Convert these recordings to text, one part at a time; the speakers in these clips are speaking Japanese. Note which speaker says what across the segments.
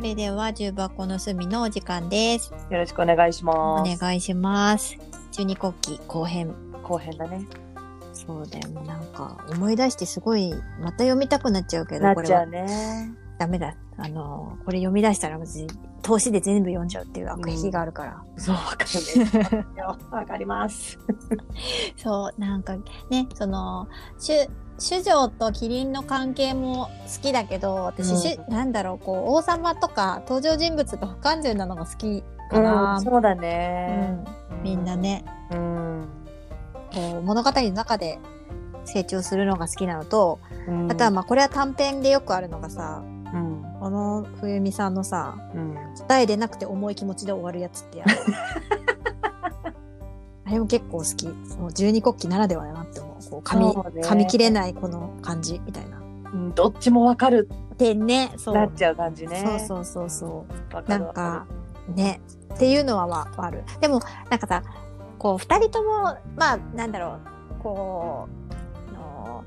Speaker 1: れでは重箱の隅のお時間です。
Speaker 2: よろしくお願いし
Speaker 1: お
Speaker 2: ます。
Speaker 1: 願いします。中二国旗後編。
Speaker 2: 後編だね。
Speaker 1: そうだよ、もうなんか思い出してすごい、また読みたくなっちゃうけど、
Speaker 2: な
Speaker 1: こ
Speaker 2: っ
Speaker 1: れ
Speaker 2: ちゃ
Speaker 1: は
Speaker 2: うね。
Speaker 1: ダメだ。あの、これ読み出したら私、投資で全部読んじゃうっていう悪癖があるから。
Speaker 2: そう、わかるね。わかります。
Speaker 1: そう、なんかね、その、主、主女とキリンの関係も好きだけど、私、主なんだろう、こう、王様とか登場人物が不完全なのが好きか
Speaker 2: う
Speaker 1: な。
Speaker 2: ん、そうだ
Speaker 1: う
Speaker 2: ね。
Speaker 1: んみんな。ね、
Speaker 2: うん。
Speaker 1: こう物語の中で成長するのが好きなのと、
Speaker 2: うん
Speaker 1: あとは、まあこれは短編でよくあるのがさ
Speaker 2: うん。
Speaker 1: 小野冬美さんのさ
Speaker 2: うん。
Speaker 1: 答え出なくて重い気持ちで終わるやつってあるあれも結構好きもう十二国旗ならではだなって思うこう噛み
Speaker 2: そうね
Speaker 1: 噛み切れないこの感じみたいな。
Speaker 2: うんどっちもわかる
Speaker 1: でねそう
Speaker 2: なっちゃう感じね。
Speaker 1: そうそうそうそう
Speaker 2: う。わか
Speaker 1: な
Speaker 2: る
Speaker 1: ん
Speaker 2: わ
Speaker 1: か
Speaker 2: か
Speaker 1: ねっていうのはわあるでもなんかさこう2人ともまあなんだろうこうあの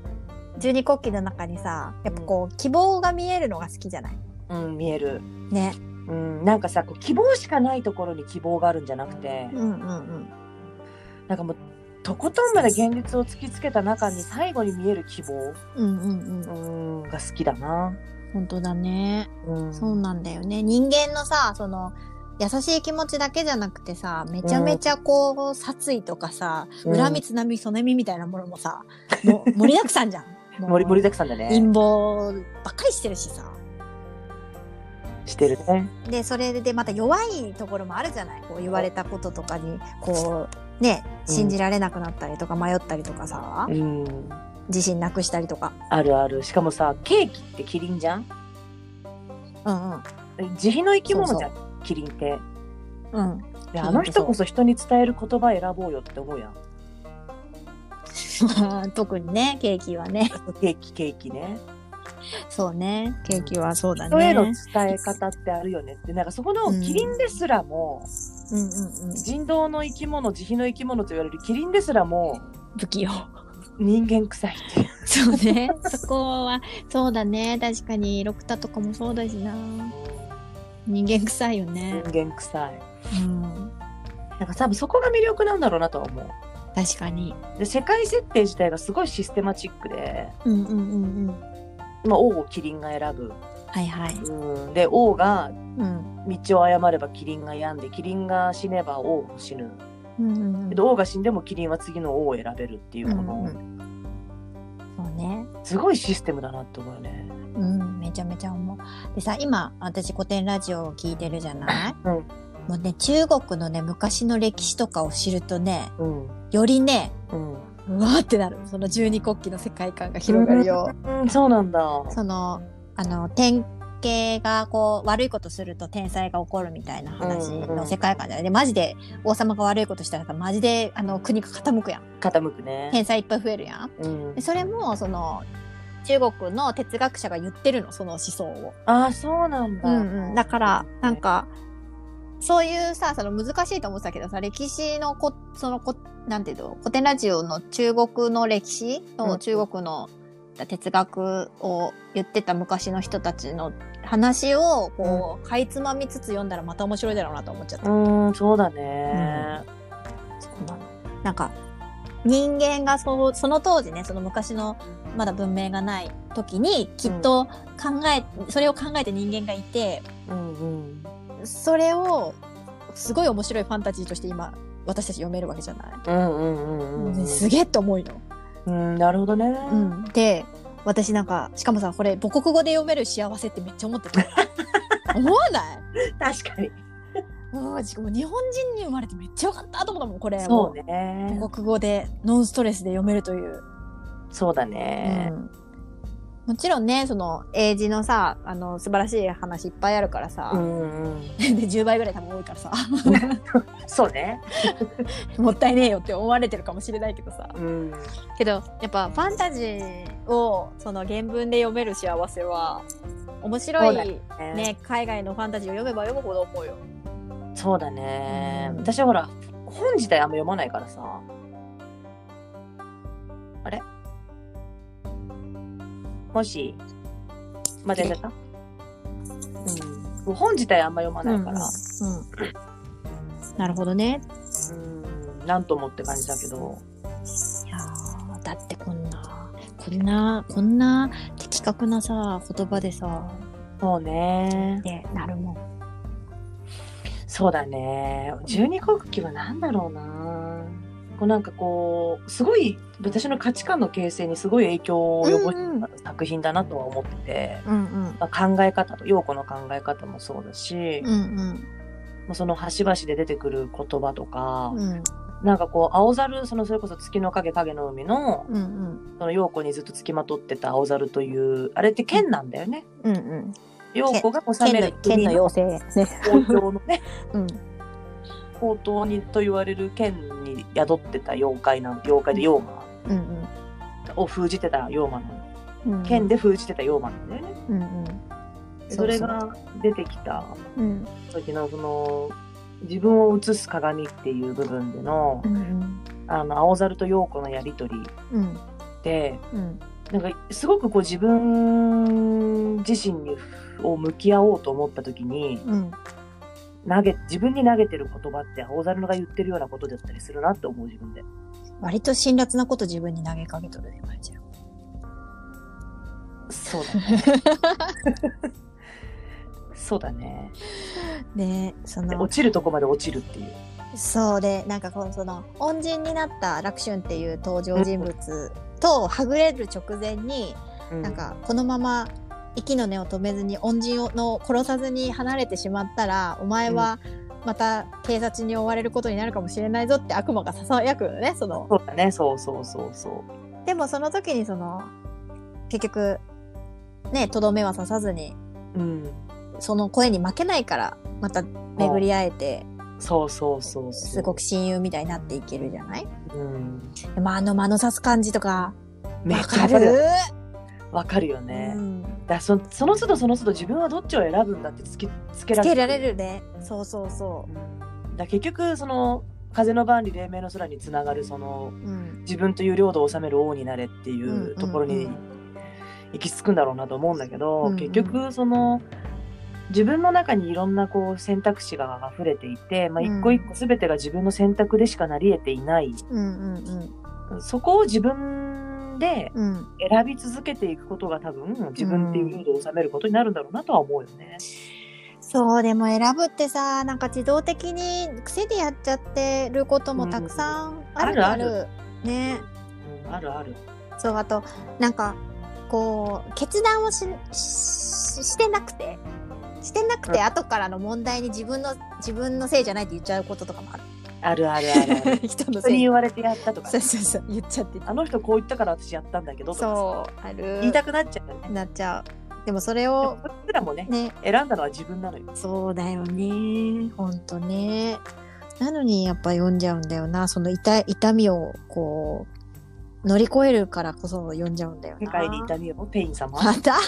Speaker 1: 十二国旗の中にさやっぱこう、希望が見えるのが好きじゃない
Speaker 2: る。うん、見える。
Speaker 1: ね
Speaker 2: うん、なんかさ、こう希望しかないところに希望があるんじゃなくて、
Speaker 1: うんうんうん
Speaker 2: なんかもう。とことんまで現実を突きつけた中に最後に見える希望
Speaker 1: うんうんうん
Speaker 2: うんが好きだな。
Speaker 1: 本当だね
Speaker 2: うん、
Speaker 1: そうなんだよね人間のさその優しい気持ちだけじゃなくてさめちゃめちゃこう、殺意とかさ
Speaker 2: うん
Speaker 1: 恨みつなみそねみみたいなものもさ、もう盛りだくさんじゃんもう
Speaker 2: 盛り盛りだくさんだね。
Speaker 1: 陰謀ばっかりしてるしさ
Speaker 2: してるね。
Speaker 1: でそれでまた弱いところもあるじゃないこう言われたこととかにこうね
Speaker 2: うん
Speaker 1: 信じられなくなったりとか迷ったりとかさ、
Speaker 2: うん。
Speaker 1: 自信なくしたりとか
Speaker 2: あるある。しかもさ、ケーキってキリンじゃん。
Speaker 1: うんうん
Speaker 2: 自費の生き物じゃん。キリンって。
Speaker 1: うん
Speaker 2: で、
Speaker 1: ンって
Speaker 2: あの人こそ人に伝える言葉選ぼうよって思うやん。
Speaker 1: 特にねケーキはね
Speaker 2: ケーキケーキね。
Speaker 1: そうねケーキはそうだ
Speaker 2: 人への
Speaker 1: ね
Speaker 2: 伝え方ってあるよねって、なんかそこの
Speaker 1: うん
Speaker 2: キリンですらも、
Speaker 1: うんうんうん
Speaker 2: 人道の生き物、自費の生き物と言われるキリンですらも、
Speaker 1: 不器用
Speaker 2: 人間臭いっていう。
Speaker 1: そう ねそこはそうだね確かにロクタとかもそうだしな人間臭いよね
Speaker 2: 人間臭い。
Speaker 1: うん
Speaker 2: なんか多分そこが魅力なんだろうなとは思う。
Speaker 1: 確かに
Speaker 2: で、世界設定自体がすごいシステマチックで、
Speaker 1: うんうんうんうん
Speaker 2: まあ、王をキリンが選ぶ。
Speaker 1: はいはい
Speaker 2: うん、で王が
Speaker 1: うん
Speaker 2: 道を誤ればキリンが病んでキリンが死ねば王も死ぬ
Speaker 1: うんうんうん
Speaker 2: けど王が死んでもキリンは次の王を選べるっていうこの、
Speaker 1: うんうんそうね
Speaker 2: すごいシステムだなって思うよね。
Speaker 1: うん、めちゃめちゃ思う。でさ、今、私古典ラジオを聞いてるじゃない、
Speaker 2: うん
Speaker 1: もうね、中国のね、昔の歴史とかを知るとね、
Speaker 2: うん
Speaker 1: よりね、
Speaker 2: うん、
Speaker 1: うわーってなる。その十二国旗の世界観が広がるよ。
Speaker 2: うん、そうなんだ。
Speaker 1: その、あの、典型がこう、悪いことすると天才が起こるみたいな話
Speaker 2: うんう
Speaker 1: の
Speaker 2: ん
Speaker 1: 世界観じゃないで、マジで王様が悪いことしたらさ、マジで、あの、国が傾くやん。
Speaker 2: 傾くね。
Speaker 1: 天才いっぱい増えるやん。
Speaker 2: うん
Speaker 1: で、それも、その、中国の哲学者が言ってるの、その思想を。
Speaker 2: ああそうなんだ。
Speaker 1: うんうん、だからなんかそういうさその難しいと思ってたけどさ歴史のこそのこなんていうの古典ラジオの中国の歴史
Speaker 2: うんう
Speaker 1: の
Speaker 2: ん
Speaker 1: 中国の哲学を言ってた昔の人たちの話をこう、かいつまみつつ読んだらまた面白いだろうなと思っちゃった。
Speaker 2: うんそうだね。
Speaker 1: なんか人間がそうその当時ねその昔のまだ文明がない時にきっと考え、それを考えて人間がいて
Speaker 2: うんうん。
Speaker 1: それをすごい面白いファンタジーとして今私たち読めるわけじゃな
Speaker 2: うんうんうんうん
Speaker 1: い、
Speaker 2: うん。
Speaker 1: すげえって思いの。
Speaker 2: うんなるほどね。
Speaker 1: うん、で私なんかしかもさこれ母国語で読める幸せってめっちゃ思って た思わない
Speaker 2: 確かに。
Speaker 1: うんしかも日本人に生まれてめっちゃよかったと思ったもんこれ
Speaker 2: そう
Speaker 1: もう
Speaker 2: ね。
Speaker 1: 母国語でノンストレスで読めるという、
Speaker 2: そうだね
Speaker 1: う。んもちろんねその英字のさあの素晴らしい話いっぱいあるからさ、
Speaker 2: うんうん。
Speaker 1: で10倍ぐらい多分多いからさ
Speaker 2: そうね。
Speaker 1: もったいねえよって思われてるかもしれないけどさ、
Speaker 2: うん。
Speaker 1: けどやっぱファンタジーをその原文で読める幸せは面白
Speaker 2: そうだ
Speaker 1: い、ね、海外のファンタジーを読めば読むほど思うよ。
Speaker 2: そうだね、
Speaker 1: うん
Speaker 2: 私はほら本自体あんま読まないからさあれもし間違えちゃったうんもう本自体あんま読まないから、
Speaker 1: うんうんなるほどね。
Speaker 2: うん、なんともって感じだけど、
Speaker 1: いやーだってこんな、こんな、こんな的確なさ、言葉でさ、
Speaker 2: そうね。
Speaker 1: で、なるもん。
Speaker 2: そうだね。十二国旗は何だろうな。こうなんかこう、すごい私の価値観の形成にすごい影響を及ぼし
Speaker 1: うんうん
Speaker 2: た作品だなとは思ってて、
Speaker 1: うんうん。
Speaker 2: まあ、考え方と、陽子の考え方もそうだし、
Speaker 1: うんうん。
Speaker 2: まあその端々で出てくる言葉とか、
Speaker 1: うん
Speaker 2: なんかこう、青猿、そのそれこそ月の影影の海の、
Speaker 1: うんうん。
Speaker 2: その陽子にずっとつきまとってた青猿という、あれって剣なんだよね。
Speaker 1: うんうん。
Speaker 2: 陽子が治
Speaker 1: 県
Speaker 2: める
Speaker 1: の県
Speaker 2: 国
Speaker 1: の
Speaker 2: の
Speaker 1: 妖精ね。
Speaker 2: 王朝のね、
Speaker 1: うん。
Speaker 2: 宝刀にと言われる剣に宿ってた妖怪なん妖怪で妖魔
Speaker 1: うん
Speaker 2: を封じてた妖魔なの
Speaker 1: うん。うん
Speaker 2: 剣。で封じてた妖魔なんだよね。
Speaker 1: うんうん。
Speaker 2: でそれが出てきた
Speaker 1: うん。
Speaker 2: 時のその自分を映す鏡っていう部分での
Speaker 1: うんうん。
Speaker 2: あの青猿と妖子のやりとり
Speaker 1: うん
Speaker 2: で
Speaker 1: うん。
Speaker 2: なんかすごくこう自分自身にを向き合おうと思った時に
Speaker 1: うん。
Speaker 2: 投げ自分に投げてる言葉って青猿が言ってるようなことだったりするなって思う自分で。
Speaker 1: 割と辛辣なこと自分に投げかけとるね、まゆちゃん。
Speaker 2: そうだね。そうだね。
Speaker 1: で、そ
Speaker 2: で
Speaker 1: の
Speaker 2: 落、ちるとこまで落ちるっていう。
Speaker 1: そうで、なんかこう、その、恩人になった楽春っていう登場人物とはぐれる直前に、
Speaker 2: う
Speaker 1: なんかこのまま息の根を止めずに恩人をの殺さずに離れてしまったらお前はまた警察に追われることになるかもしれないぞって悪魔がささやくのねその
Speaker 2: そうだね。そうそうそうそう。
Speaker 1: でもその時にその結局ねとどめは刺さずに
Speaker 2: うん。
Speaker 1: その声に負けないからまた巡り会えて
Speaker 2: そうそうそうそう。
Speaker 1: すごく。親友みたいになっていけるじゃない
Speaker 2: うん。
Speaker 1: でもあの間の刺す感じとか
Speaker 2: め
Speaker 1: わ
Speaker 2: っちゃ
Speaker 1: か
Speaker 2: わ
Speaker 1: る
Speaker 2: かるよ。わかるよね。
Speaker 1: うん、
Speaker 2: だからそその都度その都度自分はどっちを選ぶんだってつけつけら
Speaker 1: つ
Speaker 2: れ
Speaker 1: けられるねそうそうそ
Speaker 2: うん。だから結局その風の万里黎明の空につながるその
Speaker 1: う、うん、
Speaker 2: 自分という領土を治める王になれっていうところ
Speaker 1: うんうん
Speaker 2: に
Speaker 1: うん
Speaker 2: 行き着くんだろうなと思うんだけど、
Speaker 1: うんうん
Speaker 2: 結局その自分の中にいろんなこう選択肢が溢れていて、まあ、
Speaker 1: うん
Speaker 2: 一個一個全てが自分の選択でしかなり得ていない、
Speaker 1: うんうんうん
Speaker 2: そこを自分で
Speaker 1: うん
Speaker 2: 選び続けていくことが多分自分っていう領土を治めることになるんだろうなとは思うよね。
Speaker 1: そうでも選ぶってさなんか自動的に癖でやっちゃってることもたくさんあるあ
Speaker 2: あ
Speaker 1: る,、
Speaker 2: るあ
Speaker 1: ね
Speaker 2: うんあるある。
Speaker 1: そうあとなんかこう決断をしししてなくてしてなくて
Speaker 2: うん
Speaker 1: 後からの問題に自分の自分のせいじゃないって言っちゃうこととかもある。
Speaker 2: あるあるあるある
Speaker 1: 人の
Speaker 2: 人
Speaker 1: せ
Speaker 2: に
Speaker 1: い
Speaker 2: 言われてやったとか
Speaker 1: そ、うそうそう言っちゃって
Speaker 2: あの人こう言ったから私やったんだけどとかさ
Speaker 1: そうある
Speaker 2: 言いたくなっちゃうよね。
Speaker 1: なっちゃうでもそれ
Speaker 2: でも
Speaker 1: を
Speaker 2: こいつらもね、
Speaker 1: ね
Speaker 2: 選んだのは自分なのよ。
Speaker 1: そうだよね。ほんとね。なのにやっぱ読んじゃうんだよな。その痛い痛みをこう乗り越えるからこそ読んじゃうんだよな。
Speaker 2: 世界に痛みをペイン様。
Speaker 1: また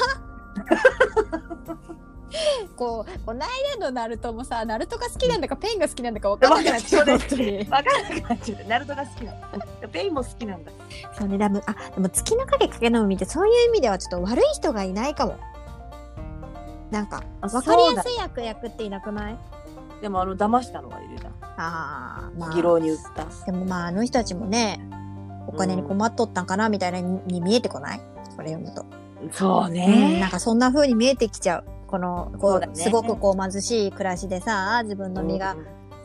Speaker 1: こうこないだのナルトもさナルトが好きなんだかペンが好きなんだか分かんなくなっちゃう
Speaker 2: わ
Speaker 1: 本
Speaker 2: か
Speaker 1: 当に
Speaker 2: わからなくなっちゃう。ナルトが好きなの。ペインも好きなんだ。
Speaker 1: そうねでもあでも月の影かけの海ってそういう意味ではちょっと悪い人がいないかもなんか分かりやす
Speaker 2: い。
Speaker 1: い悪役っていなくない
Speaker 2: でもあの騙したのがいるじゃん。
Speaker 1: あーまあ
Speaker 2: 議論に売った。
Speaker 1: でもまああの人たちもねお金に困っとったんかなみたいなにに見えてこないこれ読むと、
Speaker 2: そ
Speaker 1: うんな
Speaker 2: う
Speaker 1: ん
Speaker 2: ね。
Speaker 1: かそんな風に見えてきちゃうこの
Speaker 2: そ
Speaker 1: こ
Speaker 2: うだ
Speaker 1: う
Speaker 2: ね
Speaker 1: すごくこう貧しい暮らしでさ自分の身が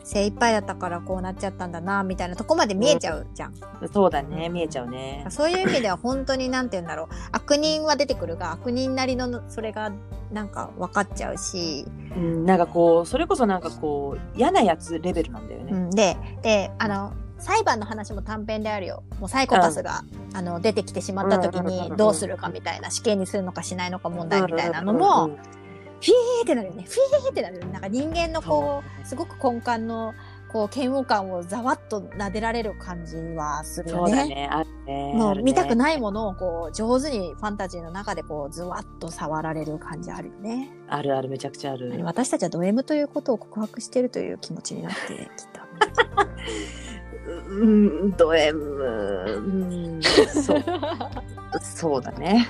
Speaker 1: 精一杯だったからこうなっちゃったんだなみたいなとこまで見えちゃうじゃん、
Speaker 2: うんそうだね。見えちゃうね。
Speaker 1: そういう意味では本当になんて言うん だろう悪人は出てくるが悪人なりのそれがなんか分かっちゃうし、
Speaker 2: うんなんかこうそれこそなんかこう嫌なやつレベルなんだよ
Speaker 1: う
Speaker 2: ね。
Speaker 1: ん、でであの裁判の話も短編であるよもうサイコパスが、あの出てきてしまった時
Speaker 2: うんうんうん
Speaker 1: に
Speaker 2: うん
Speaker 1: どうするかみたいな死刑にするのかしないのか問題みたいなのも、
Speaker 2: うん
Speaker 1: フ
Speaker 2: うんうんうん
Speaker 1: ィーってなるよねフィーってなるよねなんか人間のこうすごく根幹のこう嫌悪感をざわっと撫でられる感じはする
Speaker 2: そ
Speaker 1: よ
Speaker 2: うだ
Speaker 1: ね。
Speaker 2: ね。あるね。
Speaker 1: も
Speaker 2: あ
Speaker 1: う
Speaker 2: るね
Speaker 1: 見たくないものをこう上手にファンタジーの中でこうずわっと触られる感じあるよね。
Speaker 2: あるあるめちゃくちゃある。
Speaker 1: 私たちはド M ということを告白してるという気持ち になってきた。
Speaker 2: うんド M。うんそう。そうだね。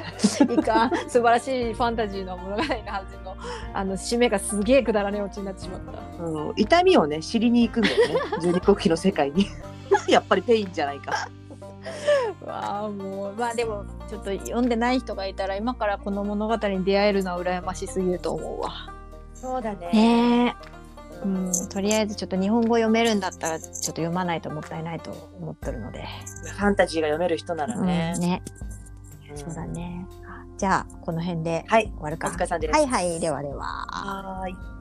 Speaker 1: いかん素晴らしいファンタジーの物語のはずのあの締めがすげえくだらねえオチになってしまった
Speaker 2: うん、痛みをね、知りに行くんだよ ね。十二国旗の世界に。 やっぱりペインじゃないか。
Speaker 1: わあもうまあでもちょっと読んでない人がいたら今からこの物語に出会えるのは羨ましすぎると思うわ
Speaker 2: そうだね。
Speaker 1: ねえうんとりあえずちょっと日本語読めるんだったらちょっと読まないともったいないと思ってるので
Speaker 2: ファンタジーが読める人ならね
Speaker 1: うん、。ね
Speaker 2: うん
Speaker 1: そうだねじゃあこの辺で
Speaker 2: はい。
Speaker 1: 終わる
Speaker 2: お
Speaker 1: か
Speaker 2: 疲れさんです。
Speaker 1: はいはいではでは
Speaker 2: はーい。